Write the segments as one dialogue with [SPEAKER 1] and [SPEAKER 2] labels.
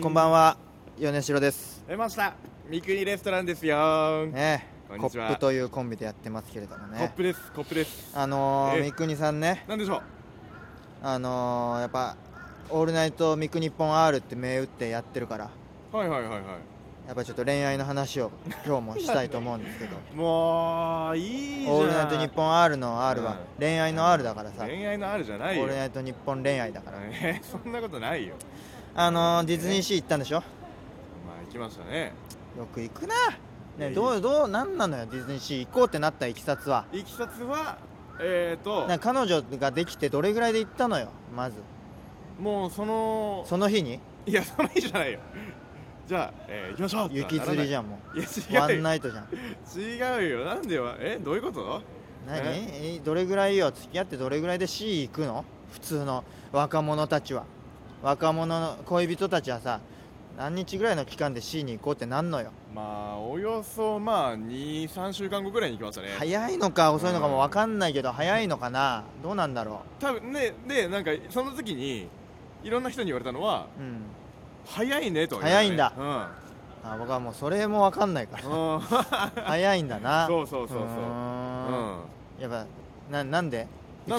[SPEAKER 1] こんばんは、米城です。
[SPEAKER 2] 出ました三国レストランですよ、
[SPEAKER 1] ね
[SPEAKER 2] こ、ん
[SPEAKER 1] コ
[SPEAKER 2] にちは
[SPEAKER 1] ップというコンビでやってますけれども
[SPEAKER 2] コッ
[SPEAKER 1] ね。
[SPEAKER 2] プですコップです
[SPEAKER 1] あのー、
[SPEAKER 2] え
[SPEAKER 1] 三國さんね、
[SPEAKER 2] なんでしょう
[SPEAKER 1] あのー、やっぱ、オールナイト三國日本 R って銘打ってやってるから、
[SPEAKER 2] はいはいはいは
[SPEAKER 1] やっぱちょっと恋愛の話を今日もしたいと思うんですけど、
[SPEAKER 2] いもういいじゃん
[SPEAKER 1] オールナイト日本 R の R は
[SPEAKER 2] うん
[SPEAKER 1] 恋愛の R だからさ、
[SPEAKER 2] 恋愛のあるじゃ
[SPEAKER 1] オ
[SPEAKER 2] ないよ
[SPEAKER 1] ールナイト日本恋愛だから。
[SPEAKER 2] え そんなことないよ
[SPEAKER 1] あのー、ディズニーシー行ったんでしょ
[SPEAKER 2] まあ行きましたね
[SPEAKER 1] よく行くな。
[SPEAKER 2] いや
[SPEAKER 1] ね、
[SPEAKER 2] いい
[SPEAKER 1] どう、どう、なんなのよ、ディズニーシー行こうってなったいきさつは。
[SPEAKER 2] いきさつはえーと
[SPEAKER 1] なんか彼女ができてどれぐらいで行ったのよ、まず。
[SPEAKER 2] もうその
[SPEAKER 1] その日に
[SPEAKER 2] いやその日じゃないよじゃあ、えー行きましょう
[SPEAKER 1] 雪吊りじ
[SPEAKER 2] ゃん
[SPEAKER 1] ゃんもう
[SPEAKER 2] いや
[SPEAKER 1] ワ
[SPEAKER 2] 違う
[SPEAKER 1] ン
[SPEAKER 2] よ
[SPEAKER 1] ナイトじゃん
[SPEAKER 2] 違うよなんでよえどういうこと
[SPEAKER 1] 何
[SPEAKER 2] え
[SPEAKER 1] えどれぐらいよ付き合ってどれぐらいで C 行くの普通の若者たちは若者の恋人たちはさ何日ぐらいの期間で C に行こうってなんのよ
[SPEAKER 2] まあおよそまあ23週間後ぐらいに行きましたね
[SPEAKER 1] 早いのか遅いのかも分かんないけど早いのかなどうなんだろ
[SPEAKER 2] 多分ねでなんかその時にいろんな人に言われたのは
[SPEAKER 1] ううん
[SPEAKER 2] 早いねとは言わ
[SPEAKER 1] 早
[SPEAKER 2] れ
[SPEAKER 1] いんだ
[SPEAKER 2] たね
[SPEAKER 1] あ僕はもうそれも分かんないか
[SPEAKER 2] う
[SPEAKER 1] ら
[SPEAKER 2] ん、うん、
[SPEAKER 1] 早いんだな
[SPEAKER 2] そうそうそうそう
[SPEAKER 1] うーん
[SPEAKER 2] うん
[SPEAKER 1] やっぱななんで行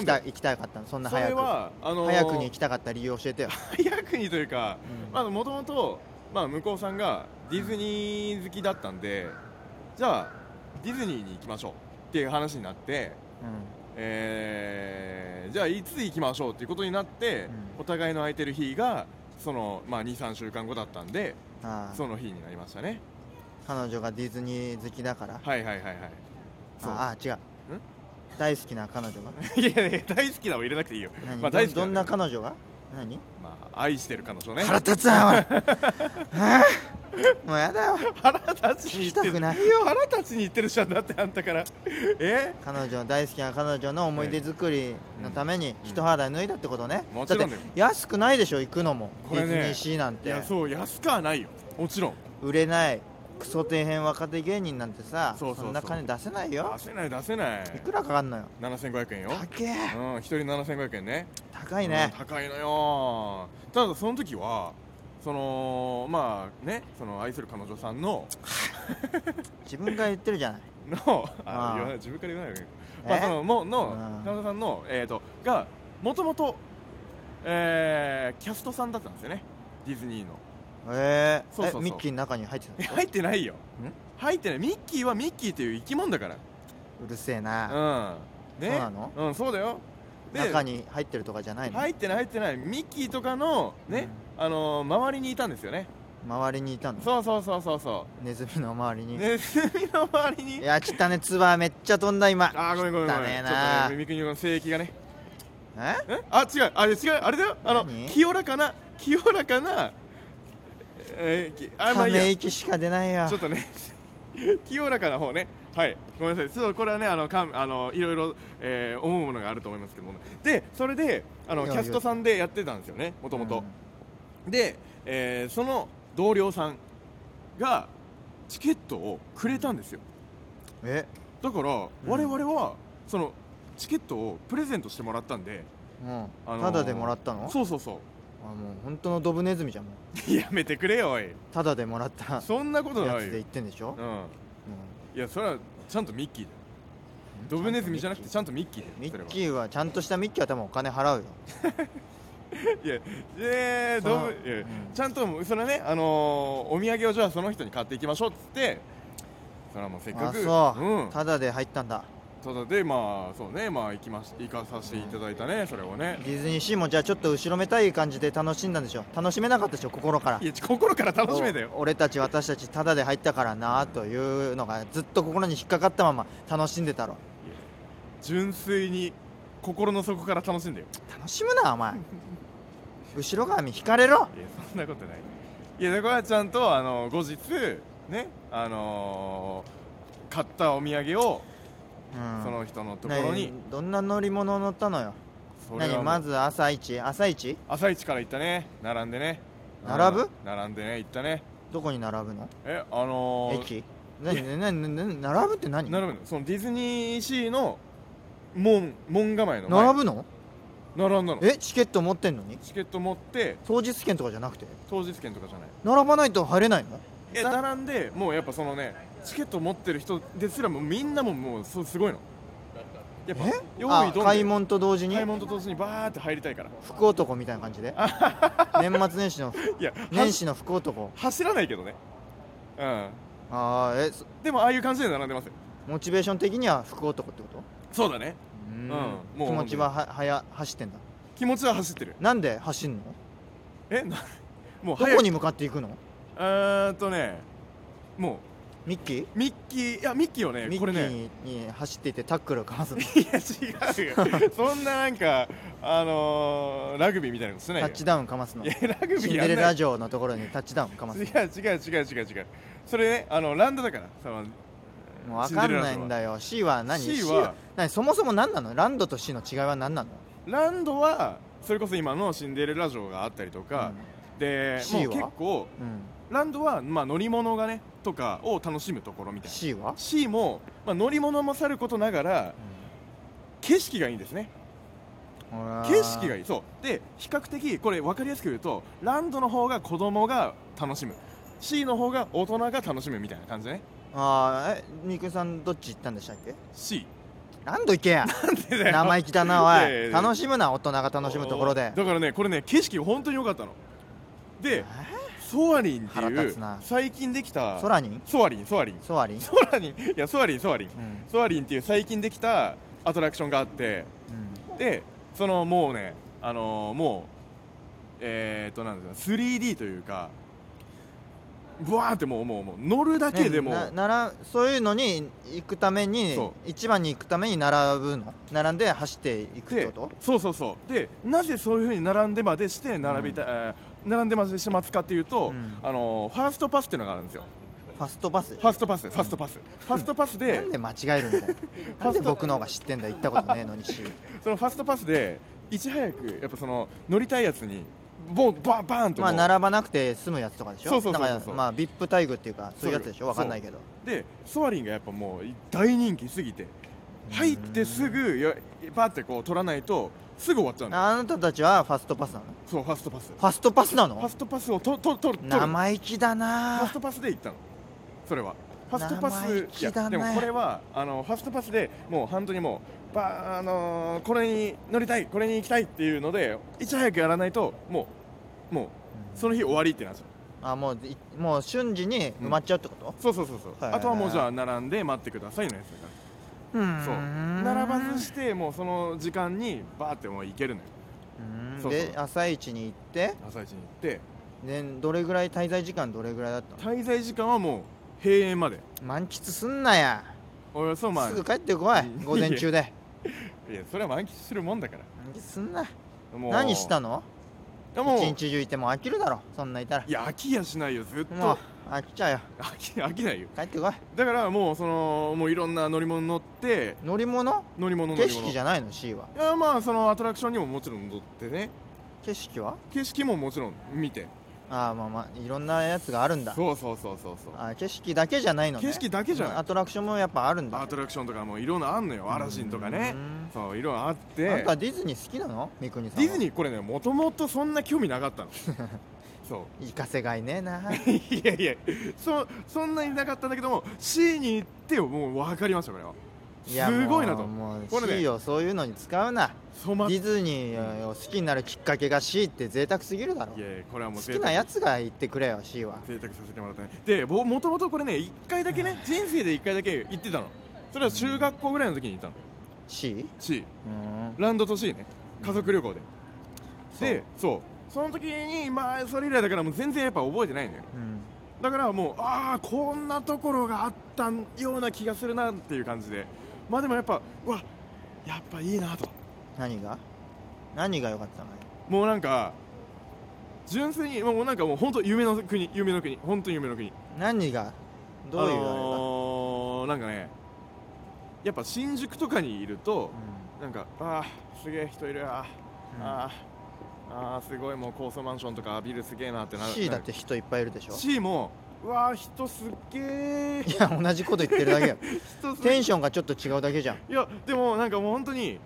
[SPEAKER 2] なん
[SPEAKER 1] き
[SPEAKER 2] で
[SPEAKER 1] た行きたかったのそんな
[SPEAKER 2] それ
[SPEAKER 1] 早く
[SPEAKER 2] はあのー
[SPEAKER 1] 早くに行きたかった理由教 えてよ、
[SPEAKER 2] 早くにというか
[SPEAKER 1] うん
[SPEAKER 2] もともと向こうさんがディズニー好きだったんでじゃあディズニーに行きましょうっていう話になって
[SPEAKER 1] うん
[SPEAKER 2] えーじゃあいつ行きましょうっていうことになって、お互いの空いてる日がその、まあ、23週間後だったんで
[SPEAKER 1] ああ
[SPEAKER 2] その日になりましたね
[SPEAKER 1] 彼女がディズニー好きだから
[SPEAKER 2] はいはいはいはいそう
[SPEAKER 1] ああ違う大好きな彼女が
[SPEAKER 2] いやいや大好きなを入れなくていいよ
[SPEAKER 1] 何、
[SPEAKER 2] まあ
[SPEAKER 1] ど
[SPEAKER 2] 大好き
[SPEAKER 1] どんな
[SPEAKER 2] か、
[SPEAKER 1] 彼女が何
[SPEAKER 2] まあ、愛してる彼女ね
[SPEAKER 1] 腹立 つなおい ああもうやだよ
[SPEAKER 2] 腹立ちに
[SPEAKER 1] 聞
[SPEAKER 2] 言
[SPEAKER 1] き
[SPEAKER 2] ったて
[SPEAKER 1] く
[SPEAKER 2] る
[SPEAKER 1] ない
[SPEAKER 2] 腹立ちに言ってるじゃんだってあんたからえ
[SPEAKER 1] 彼女大好きな彼女の思い出作りのために
[SPEAKER 2] うん
[SPEAKER 1] 一肌脱いだってことね、
[SPEAKER 2] も
[SPEAKER 1] だ
[SPEAKER 2] ち
[SPEAKER 1] っ
[SPEAKER 2] ろ
[SPEAKER 1] て
[SPEAKER 2] んだよ
[SPEAKER 1] 安くないでしょ行くのも、
[SPEAKER 2] こ
[SPEAKER 1] デ
[SPEAKER 2] れ
[SPEAKER 1] ィ
[SPEAKER 2] ね
[SPEAKER 1] ズニーシーなん
[SPEAKER 2] い
[SPEAKER 1] て
[SPEAKER 2] やそう安くはないよもちろん
[SPEAKER 1] 売れないクソ底辺若手芸人なんてさ
[SPEAKER 2] そうそうそうん
[SPEAKER 1] な金出せないよ
[SPEAKER 2] 出せない出せない
[SPEAKER 1] いくらかかんのよ
[SPEAKER 2] 7500円よ
[SPEAKER 1] 高え
[SPEAKER 2] うん一人7500円ね
[SPEAKER 1] 高い
[SPEAKER 2] うん
[SPEAKER 1] ね、
[SPEAKER 2] 高いのよただその時はそのまあねその愛する彼女さんの
[SPEAKER 1] 自分が言ってるじゃない
[SPEAKER 2] のあ
[SPEAKER 1] あー
[SPEAKER 2] 言わない自分から言わないよ
[SPEAKER 1] え
[SPEAKER 2] まあ、そのもの
[SPEAKER 1] うん
[SPEAKER 2] 彼女さんの、えー、とがもともと、えーキャストさんだったんですよねディズニーの
[SPEAKER 1] えー、
[SPEAKER 2] そうそうそう
[SPEAKER 1] えミッキーの中に入ってたの
[SPEAKER 2] え入ってないよ入ってないミッキーはミッキーという生き物だか
[SPEAKER 1] うるせえな、
[SPEAKER 2] らうんね
[SPEAKER 1] そうなの
[SPEAKER 2] うんそうだよで
[SPEAKER 1] 中に入ってるとかじゃないの、
[SPEAKER 2] 入ってない入ってないミッキーとかのね、あのー周りにいたんですよね
[SPEAKER 1] 周りにいたの
[SPEAKER 2] そうそうそうそうそ
[SPEAKER 1] ネズミの周り
[SPEAKER 2] う
[SPEAKER 1] に、
[SPEAKER 2] ネズミの周りに
[SPEAKER 1] いやきたねツバめっちゃ飛んだ今
[SPEAKER 2] あーごめんごめんご
[SPEAKER 1] 汚
[SPEAKER 2] め
[SPEAKER 1] ねえ
[SPEAKER 2] んちょっ
[SPEAKER 1] な
[SPEAKER 2] とねミミクニの聖域がね
[SPEAKER 1] え
[SPEAKER 2] んあ違うあれ違うあれだよあの
[SPEAKER 1] 何
[SPEAKER 2] 清らかな清らかなえーきあま
[SPEAKER 1] た
[SPEAKER 2] あいいや
[SPEAKER 1] め息しか出ないよ
[SPEAKER 2] ちょっとね 清らかな方ねはいごめんなさいちょっとこれはねあのかんあのいろいろ、えー思うものがあると思いますけども、ね、でそれであ
[SPEAKER 1] い
[SPEAKER 2] の
[SPEAKER 1] や
[SPEAKER 2] キャストさんでやってたんですよねもともとで、えーその同僚さんがチケットをくれたんですよ
[SPEAKER 1] うんえ
[SPEAKER 2] だから我々はそのチケットをプレゼントしてもらったんで
[SPEAKER 1] もう、
[SPEAKER 2] あのー
[SPEAKER 1] ただでもらったの
[SPEAKER 2] そうそうそ
[SPEAKER 1] あもう本当のドブネズミじゃんもう
[SPEAKER 2] う やめてくれよおい
[SPEAKER 1] ただでもらったやつ
[SPEAKER 2] そんなことないよ
[SPEAKER 1] で言ってんでしょ、
[SPEAKER 2] うん
[SPEAKER 1] う
[SPEAKER 2] いやそれはちゃんとミッキーだよ
[SPEAKER 1] ん
[SPEAKER 2] ドブネズミじゃなくてち
[SPEAKER 1] ゃん
[SPEAKER 2] ゃんとミッキーだよ
[SPEAKER 1] とミッ
[SPEAKER 2] そ
[SPEAKER 1] キ
[SPEAKER 2] れは
[SPEAKER 1] ーはちゃんとしたミッキーは多分お金払うよ
[SPEAKER 2] いやえー、
[SPEAKER 1] そ
[SPEAKER 2] ド
[SPEAKER 1] の
[SPEAKER 2] ブいや
[SPEAKER 1] うん
[SPEAKER 2] ちゃんともうそれはねあのーお土産をじゃあその人に買っていきましょうっつってそれはもうせっか
[SPEAKER 1] あ
[SPEAKER 2] く
[SPEAKER 1] そう、
[SPEAKER 2] ん、
[SPEAKER 1] ただで入ったんだ
[SPEAKER 2] ただでまあそうねまあ行きまし行かさせていただいたねそれをね
[SPEAKER 1] ディズニーシーもじゃあちょっと後ろめたい感じで楽しんだんでしょ楽しめなかったでしょ心から
[SPEAKER 2] いや心から楽しめたよ
[SPEAKER 1] お俺たち私たちタダで入ったからなというのがずっと心に引っかかったまま楽しんでたろ
[SPEAKER 2] 純粋に心の底から楽しんだよ
[SPEAKER 1] 楽しむなお 前後ろ髪引かれろ
[SPEAKER 2] いやそんなことないいやだからちゃんとあの後日ねあのー買ったお土産を
[SPEAKER 1] うん
[SPEAKER 2] その人のところに
[SPEAKER 1] 何どんな乗り物乗ったのよ
[SPEAKER 2] それはも
[SPEAKER 1] 何
[SPEAKER 2] う
[SPEAKER 1] まず朝一朝一
[SPEAKER 2] 朝一から行ったね並んでね
[SPEAKER 1] 並ぶ
[SPEAKER 2] うん並んでね行ったね
[SPEAKER 1] どこに並ぶの
[SPEAKER 2] えあのー、
[SPEAKER 1] 駅何何何何並ぶって何
[SPEAKER 2] 並ぶのそのディズニーシーの門門構えの前
[SPEAKER 1] 並ぶの
[SPEAKER 2] 並んだの
[SPEAKER 1] えチケット持ってんのに
[SPEAKER 2] チケット持って
[SPEAKER 1] 当日券とかじゃなくて
[SPEAKER 2] 当日券とかじゃない
[SPEAKER 1] 並ばないと入れないの
[SPEAKER 2] え並んでもうやっぱそのねチケット持ってる人ですらもうみんなももうそうすごいのやっぱ
[SPEAKER 1] え
[SPEAKER 2] 用
[SPEAKER 1] あ
[SPEAKER 2] 意どん
[SPEAKER 1] 買い
[SPEAKER 2] で
[SPEAKER 1] 物と同時に
[SPEAKER 2] 買い物と同時にバーって入りたいから
[SPEAKER 1] 福男みたいな感 じで年末年始の
[SPEAKER 2] いや
[SPEAKER 1] 年
[SPEAKER 2] は
[SPEAKER 1] 始の福男
[SPEAKER 2] 走らないけどねうん
[SPEAKER 1] ああえそ
[SPEAKER 2] でもああいう感じで並んでますよ
[SPEAKER 1] モチベーション的には福男ってこと
[SPEAKER 2] そうだね
[SPEAKER 1] う
[SPEAKER 2] うん
[SPEAKER 1] ん
[SPEAKER 2] もう
[SPEAKER 1] 気持ちはははや走ってんだ
[SPEAKER 2] 気持ちは走ってる
[SPEAKER 1] なんで走んの
[SPEAKER 2] えなもう
[SPEAKER 1] ど
[SPEAKER 2] 早
[SPEAKER 1] こ
[SPEAKER 2] く
[SPEAKER 1] に向かっていくの
[SPEAKER 2] えーっとねも
[SPEAKER 1] ミッキー
[SPEAKER 2] うミッキーいやミッキーをね
[SPEAKER 1] ミ
[SPEAKER 2] こ
[SPEAKER 1] ッ
[SPEAKER 2] れ
[SPEAKER 1] キ
[SPEAKER 2] ね
[SPEAKER 1] ーに走っていってタックルをかますの
[SPEAKER 2] いや違うよ そんななんかあのー、ラグビーみたいなことしな
[SPEAKER 1] タ
[SPEAKER 2] いよ
[SPEAKER 1] ッチダウンかますの
[SPEAKER 2] いやラグビ
[SPEAKER 1] シ
[SPEAKER 2] ー
[SPEAKER 1] ン
[SPEAKER 2] や
[SPEAKER 1] デレ
[SPEAKER 2] んな
[SPEAKER 1] ラ
[SPEAKER 2] い
[SPEAKER 1] 城のところにタッチダウンかます
[SPEAKER 2] 違う違う違う違う違うそれねあのランドだからその
[SPEAKER 1] もう分かんないんだよ C は何
[SPEAKER 2] C
[SPEAKER 1] C
[SPEAKER 2] は
[SPEAKER 1] は何そもそも何なのランドと C の違いは何なの
[SPEAKER 2] ランドはそれこそ今のシンデレラ城があったりとか、で
[SPEAKER 1] C
[SPEAKER 2] もう
[SPEAKER 1] は
[SPEAKER 2] 結構
[SPEAKER 1] うんうん
[SPEAKER 2] ランドは、まあ、乗り物がねとかを楽しむところみたいな
[SPEAKER 1] C は
[SPEAKER 2] C も、まあ、乗り物もさることながら景色がいいんですね景色が
[SPEAKER 1] いい
[SPEAKER 2] いいそうで比較的これ分かりやすく言うとランドの方が子供が楽しむ C の方が大人が楽しむみたいな感じだね
[SPEAKER 1] あーえみくさんどっち行ったんでしたっけ
[SPEAKER 2] C
[SPEAKER 1] ランド行 けや生意気だない
[SPEAKER 2] やいや
[SPEAKER 1] お
[SPEAKER 2] い
[SPEAKER 1] い
[SPEAKER 2] や
[SPEAKER 1] 楽しむな大人が楽しむところで
[SPEAKER 2] だからねこれね景色本当に良かったので
[SPEAKER 1] え
[SPEAKER 2] ソアリンって
[SPEAKER 1] 腹
[SPEAKER 2] い
[SPEAKER 1] 立
[SPEAKER 2] う
[SPEAKER 1] つな
[SPEAKER 2] 最近できた
[SPEAKER 1] ソラニン
[SPEAKER 2] ソアリンソアリン
[SPEAKER 1] ソアリン
[SPEAKER 2] ソアリンいやソアリンソアリン
[SPEAKER 1] うん
[SPEAKER 2] ソアリンっていう最近できたアトラクションがあってでそのもうねあのーもうえー、っとなんですか 3D というかブワーってもうもうもう乗るだ
[SPEAKER 1] うん
[SPEAKER 2] けでも、
[SPEAKER 1] ねなならそういうのに行くために
[SPEAKER 2] そ
[SPEAKER 1] 一番に行くために並ぶの並んで走っていくって
[SPEAKER 2] で
[SPEAKER 1] こと
[SPEAKER 2] そうそうそうでなぜそういうふうに並んでまでして並びた、えー並んでまでして待つかっていうと、
[SPEAKER 1] うん
[SPEAKER 2] あのーファーストパスっていうのがあるんですよ
[SPEAKER 1] ファストバス
[SPEAKER 2] ファーストパスファーストパス、ファーストパス
[SPEAKER 1] な
[SPEAKER 2] で
[SPEAKER 1] んで間違える んだよなんで僕の方が知ってんだよ行ったことねえのにし
[SPEAKER 2] そのファーストパスでいち早くやっぱその乗りたいやつにボンバンバーンと
[SPEAKER 1] ま
[SPEAKER 2] も
[SPEAKER 1] あ
[SPEAKER 2] う
[SPEAKER 1] 並ばなくて済むやつとかでしょ
[SPEAKER 2] そうそうそうそう
[SPEAKER 1] だからまあ VIP 待遇っていうかそういうやつでしょわかんないけど
[SPEAKER 2] でソアリンがやっぱもう大人気すぎて入ってすぐよバーってこう取らないとすぐ終わっちゃうの
[SPEAKER 1] あなたたちはファストパスなの
[SPEAKER 2] そうファーストパス
[SPEAKER 1] ファストパスな
[SPEAKER 2] ファー
[SPEAKER 1] の
[SPEAKER 2] ストパスをととと取るファ
[SPEAKER 1] 生意気だな
[SPEAKER 2] ーストパスで行ったのそれはファーストパス
[SPEAKER 1] 生意気だね
[SPEAKER 2] いやでもこれはあのファーストパスでもう本当にもうバーあのーこれに乗りたいこれに行きたいっていうのでいち早くやらないともうもうその日終わりってなっちゃう
[SPEAKER 1] あもういもう瞬時に埋まっちゃうってこと
[SPEAKER 2] そうそうそうそう
[SPEAKER 1] はい
[SPEAKER 2] あとはもうじゃあ並んで待ってくださいのやつだから
[SPEAKER 1] うーん
[SPEAKER 2] そう並ばずしてもうその時間にバーってもう行けるのよ
[SPEAKER 1] うーん
[SPEAKER 2] そうそう
[SPEAKER 1] で朝一に行って
[SPEAKER 2] 朝一に行って
[SPEAKER 1] でどれぐらい滞在時間どれぐらいだったの
[SPEAKER 2] 滞在時間はもう閉園まで
[SPEAKER 1] 満喫すんなや
[SPEAKER 2] およそまあ
[SPEAKER 1] すぐ帰ってこい
[SPEAKER 2] うん
[SPEAKER 1] 午前中で
[SPEAKER 2] いやそれは満喫するもんだから
[SPEAKER 1] 満喫すんな
[SPEAKER 2] もう
[SPEAKER 1] 何したの
[SPEAKER 2] いやもう
[SPEAKER 1] 一日中いても飽きるだろそんないたら
[SPEAKER 2] いや飽きやしないよずっと飽
[SPEAKER 1] もう飽きちゃうよ
[SPEAKER 2] き 飽きないよ
[SPEAKER 1] 帰ってこい
[SPEAKER 2] だからもうそのもういろんな乗り物乗って
[SPEAKER 1] 乗り物
[SPEAKER 2] 乗り物乗
[SPEAKER 1] 景
[SPEAKER 2] り物
[SPEAKER 1] 色じゃないの C はい
[SPEAKER 2] やまあそのアトラクションにももちろん乗ってね
[SPEAKER 1] 景色は
[SPEAKER 2] 景色ももちろん見て
[SPEAKER 1] ああまあまあいろんなやつがあるんだ
[SPEAKER 2] そうそうそうそうそう
[SPEAKER 1] あー景色だけじゃないのね
[SPEAKER 2] 景色だけじゃない
[SPEAKER 1] うんアトラクションもやっぱあるんだ
[SPEAKER 2] アトラクションとかもいろんなあんのよアラジンとかね
[SPEAKER 1] うん
[SPEAKER 2] そういろいろあって
[SPEAKER 1] あんたディズニー好きなの三國さん
[SPEAKER 2] ディズ
[SPEAKER 1] ー
[SPEAKER 2] ニーこれねもともとそんな興味なか ったのそ
[SPEAKER 1] 行かせがいねえな
[SPEAKER 2] ういやいやそそんなになかったんだけども C に行ってもう分かりましたこれは
[SPEAKER 1] や
[SPEAKER 2] すごいなと
[SPEAKER 1] もうも
[SPEAKER 2] これ
[SPEAKER 1] う
[SPEAKER 2] ね
[SPEAKER 1] C をそういうのに使うな
[SPEAKER 2] そ
[SPEAKER 1] デ
[SPEAKER 2] まいや
[SPEAKER 1] ィズニーを好きになるきっかけが C って贅沢すぎるだろ
[SPEAKER 2] いやこれはも
[SPEAKER 1] 好
[SPEAKER 2] う
[SPEAKER 1] きなやつが言ってくれよ C は
[SPEAKER 2] 贅沢させてもらったねでぼもともとこれね1回だけ ね人生で1回だけ行ってたのそれは中学校ぐらいの時に行ったの
[SPEAKER 1] C?
[SPEAKER 2] C
[SPEAKER 1] うーん
[SPEAKER 2] ランドと C ね家族旅行で、
[SPEAKER 1] そう
[SPEAKER 2] でそうその時にまあそれ以来だからもう全然やっぱ覚えてないんだよ
[SPEAKER 1] うん
[SPEAKER 2] だからもうああこんなところがあったような気がするなっていう感じでまあでもやっぱうわやっぱいいなと
[SPEAKER 1] 何が何が良かったのよ
[SPEAKER 2] もうなんか純粋にもうなんかもう本当夢の国夢の国本当に夢の国
[SPEAKER 1] 何がどういうあれ
[SPEAKER 2] あ
[SPEAKER 1] が、
[SPEAKER 2] のーなんかねやっぱ新宿とかにいるとなんかああすげえ人いるあー、
[SPEAKER 1] うん
[SPEAKER 2] あーあーすごいもう高層マンションとかビルすげえなってなる
[SPEAKER 1] C だって人いっぱいいるでしょ
[SPEAKER 2] C もうわー人すっげえ
[SPEAKER 1] いや同じこと言ってるだけよ
[SPEAKER 2] 人すっげー
[SPEAKER 1] テンションがちょっと違うだけじゃん
[SPEAKER 2] いやでもなんかもう本当に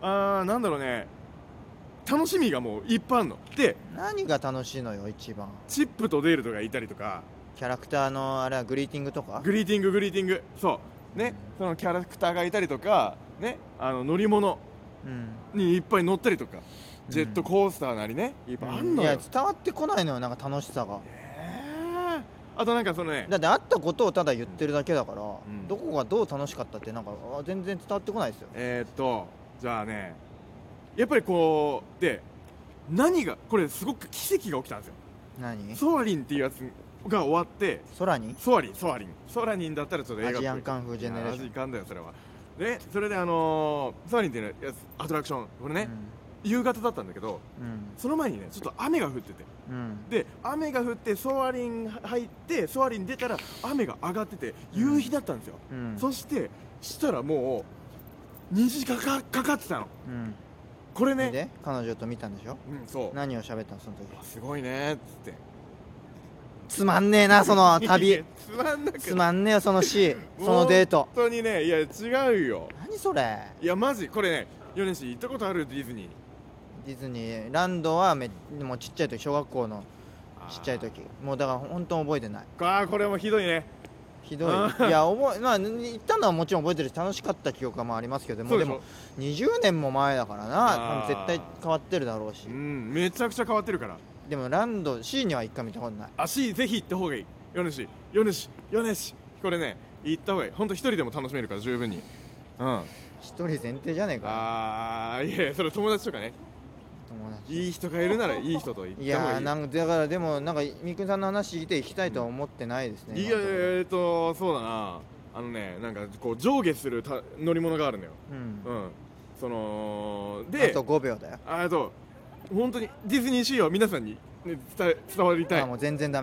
[SPEAKER 2] あーなんだろうね楽しみがもういっぱいあるので
[SPEAKER 1] 何が楽しいのよ一番
[SPEAKER 2] チップとデールとかいたりとか
[SPEAKER 1] キャラクターのあれはグリーティングとか
[SPEAKER 2] グリーティンググリーティングそうねそのキャラクターがいたりとかねあの乗り物
[SPEAKER 1] うん
[SPEAKER 2] にいっぱい乗ったりとかジェットコースターなりねいっぱいあんの
[SPEAKER 1] い
[SPEAKER 2] よ、
[SPEAKER 1] や伝わってこないのよなんか楽しさが
[SPEAKER 2] えーあとなんかそのね
[SPEAKER 1] だって会ったことをただ言ってるだけだから、
[SPEAKER 2] ん
[SPEAKER 1] どこがどう楽しかったってなんかあ全然伝わってこないですよ
[SPEAKER 2] えーっとじゃあねやっぱりこうで何がこれすごく奇跡が起きたんですよ
[SPEAKER 1] 何
[SPEAKER 2] ソアリンっていうやつが終わって
[SPEAKER 1] 空に
[SPEAKER 2] ソアリンソアリンソアリンだったらちょっと映画っぽい
[SPEAKER 1] アジアンカンフージェネレー
[SPEAKER 2] い
[SPEAKER 1] ション
[SPEAKER 2] やアジカンだよそれはでそれであのーソアリンっていうやつアトラクションこれね、夕方だったんだけど
[SPEAKER 1] うん
[SPEAKER 2] その前にねちょっと雨が降ってて
[SPEAKER 1] うん、うん、
[SPEAKER 2] で雨が降ってソアリン入ってソアリン出たら雨が上がってて夕日だったんですよ、
[SPEAKER 1] うん
[SPEAKER 2] そしてしたらもう虹がかかかってたの
[SPEAKER 1] うん
[SPEAKER 2] これね
[SPEAKER 1] で彼女と見たんでしょ
[SPEAKER 2] うんそう
[SPEAKER 1] 何を喋ったのその時
[SPEAKER 2] あすごいねっつって
[SPEAKER 1] つまんねえなその
[SPEAKER 2] い や
[SPEAKER 1] 旅
[SPEAKER 2] つまんなくない
[SPEAKER 1] つまんねえよそ のシーンそのデート
[SPEAKER 2] 本当にねいや違うよ
[SPEAKER 1] 何それ
[SPEAKER 2] いやマジこれねヨネシ行ったことあるディズニー
[SPEAKER 1] ディズニーランドはめもうちっちゃい時小学校の
[SPEAKER 2] あー
[SPEAKER 1] ちっちゃい時もうだから本当覚えてない
[SPEAKER 2] あーこれもひどいね
[SPEAKER 1] ひどい
[SPEAKER 2] あー
[SPEAKER 1] いや覚えまあ行ったのはもちろん覚えてるし楽しかった記憶もありますけどで
[SPEAKER 2] そ
[SPEAKER 1] も
[SPEAKER 2] うで
[SPEAKER 1] で
[SPEAKER 2] しょ
[SPEAKER 1] も20年も前だから
[SPEAKER 2] あ
[SPEAKER 1] な
[SPEAKER 2] ー
[SPEAKER 1] 絶対変わってるだろうし
[SPEAKER 2] うんめちゃくちゃ変わってるから
[SPEAKER 1] でもランド C には一回見たことない
[SPEAKER 2] 足ぜひ行った方がいいヨネシヨネシヨネシこれね行った方がいい本当一人でも楽しめるから十分にうんあ
[SPEAKER 1] 一人前提じゃねえか
[SPEAKER 2] あーいやいやそれ友達とかね
[SPEAKER 1] 友達
[SPEAKER 2] いい人がいるならいい人と行
[SPEAKER 1] い
[SPEAKER 2] った方が
[SPEAKER 1] や
[SPEAKER 2] い
[SPEAKER 1] ー
[SPEAKER 2] い
[SPEAKER 1] なんかだからでもなんかみくんさんの話聞いていきたいとは思ってないですね、
[SPEAKER 2] いやえっとそうだなあのねなんかこう上下するた乗り物があるのよ
[SPEAKER 1] うん
[SPEAKER 2] うんその
[SPEAKER 1] あ
[SPEAKER 2] で
[SPEAKER 1] と5秒だよ
[SPEAKER 2] あと本当にディズニーシーは皆さんに、ね、伝え伝わりたい
[SPEAKER 1] あもう全然ダメ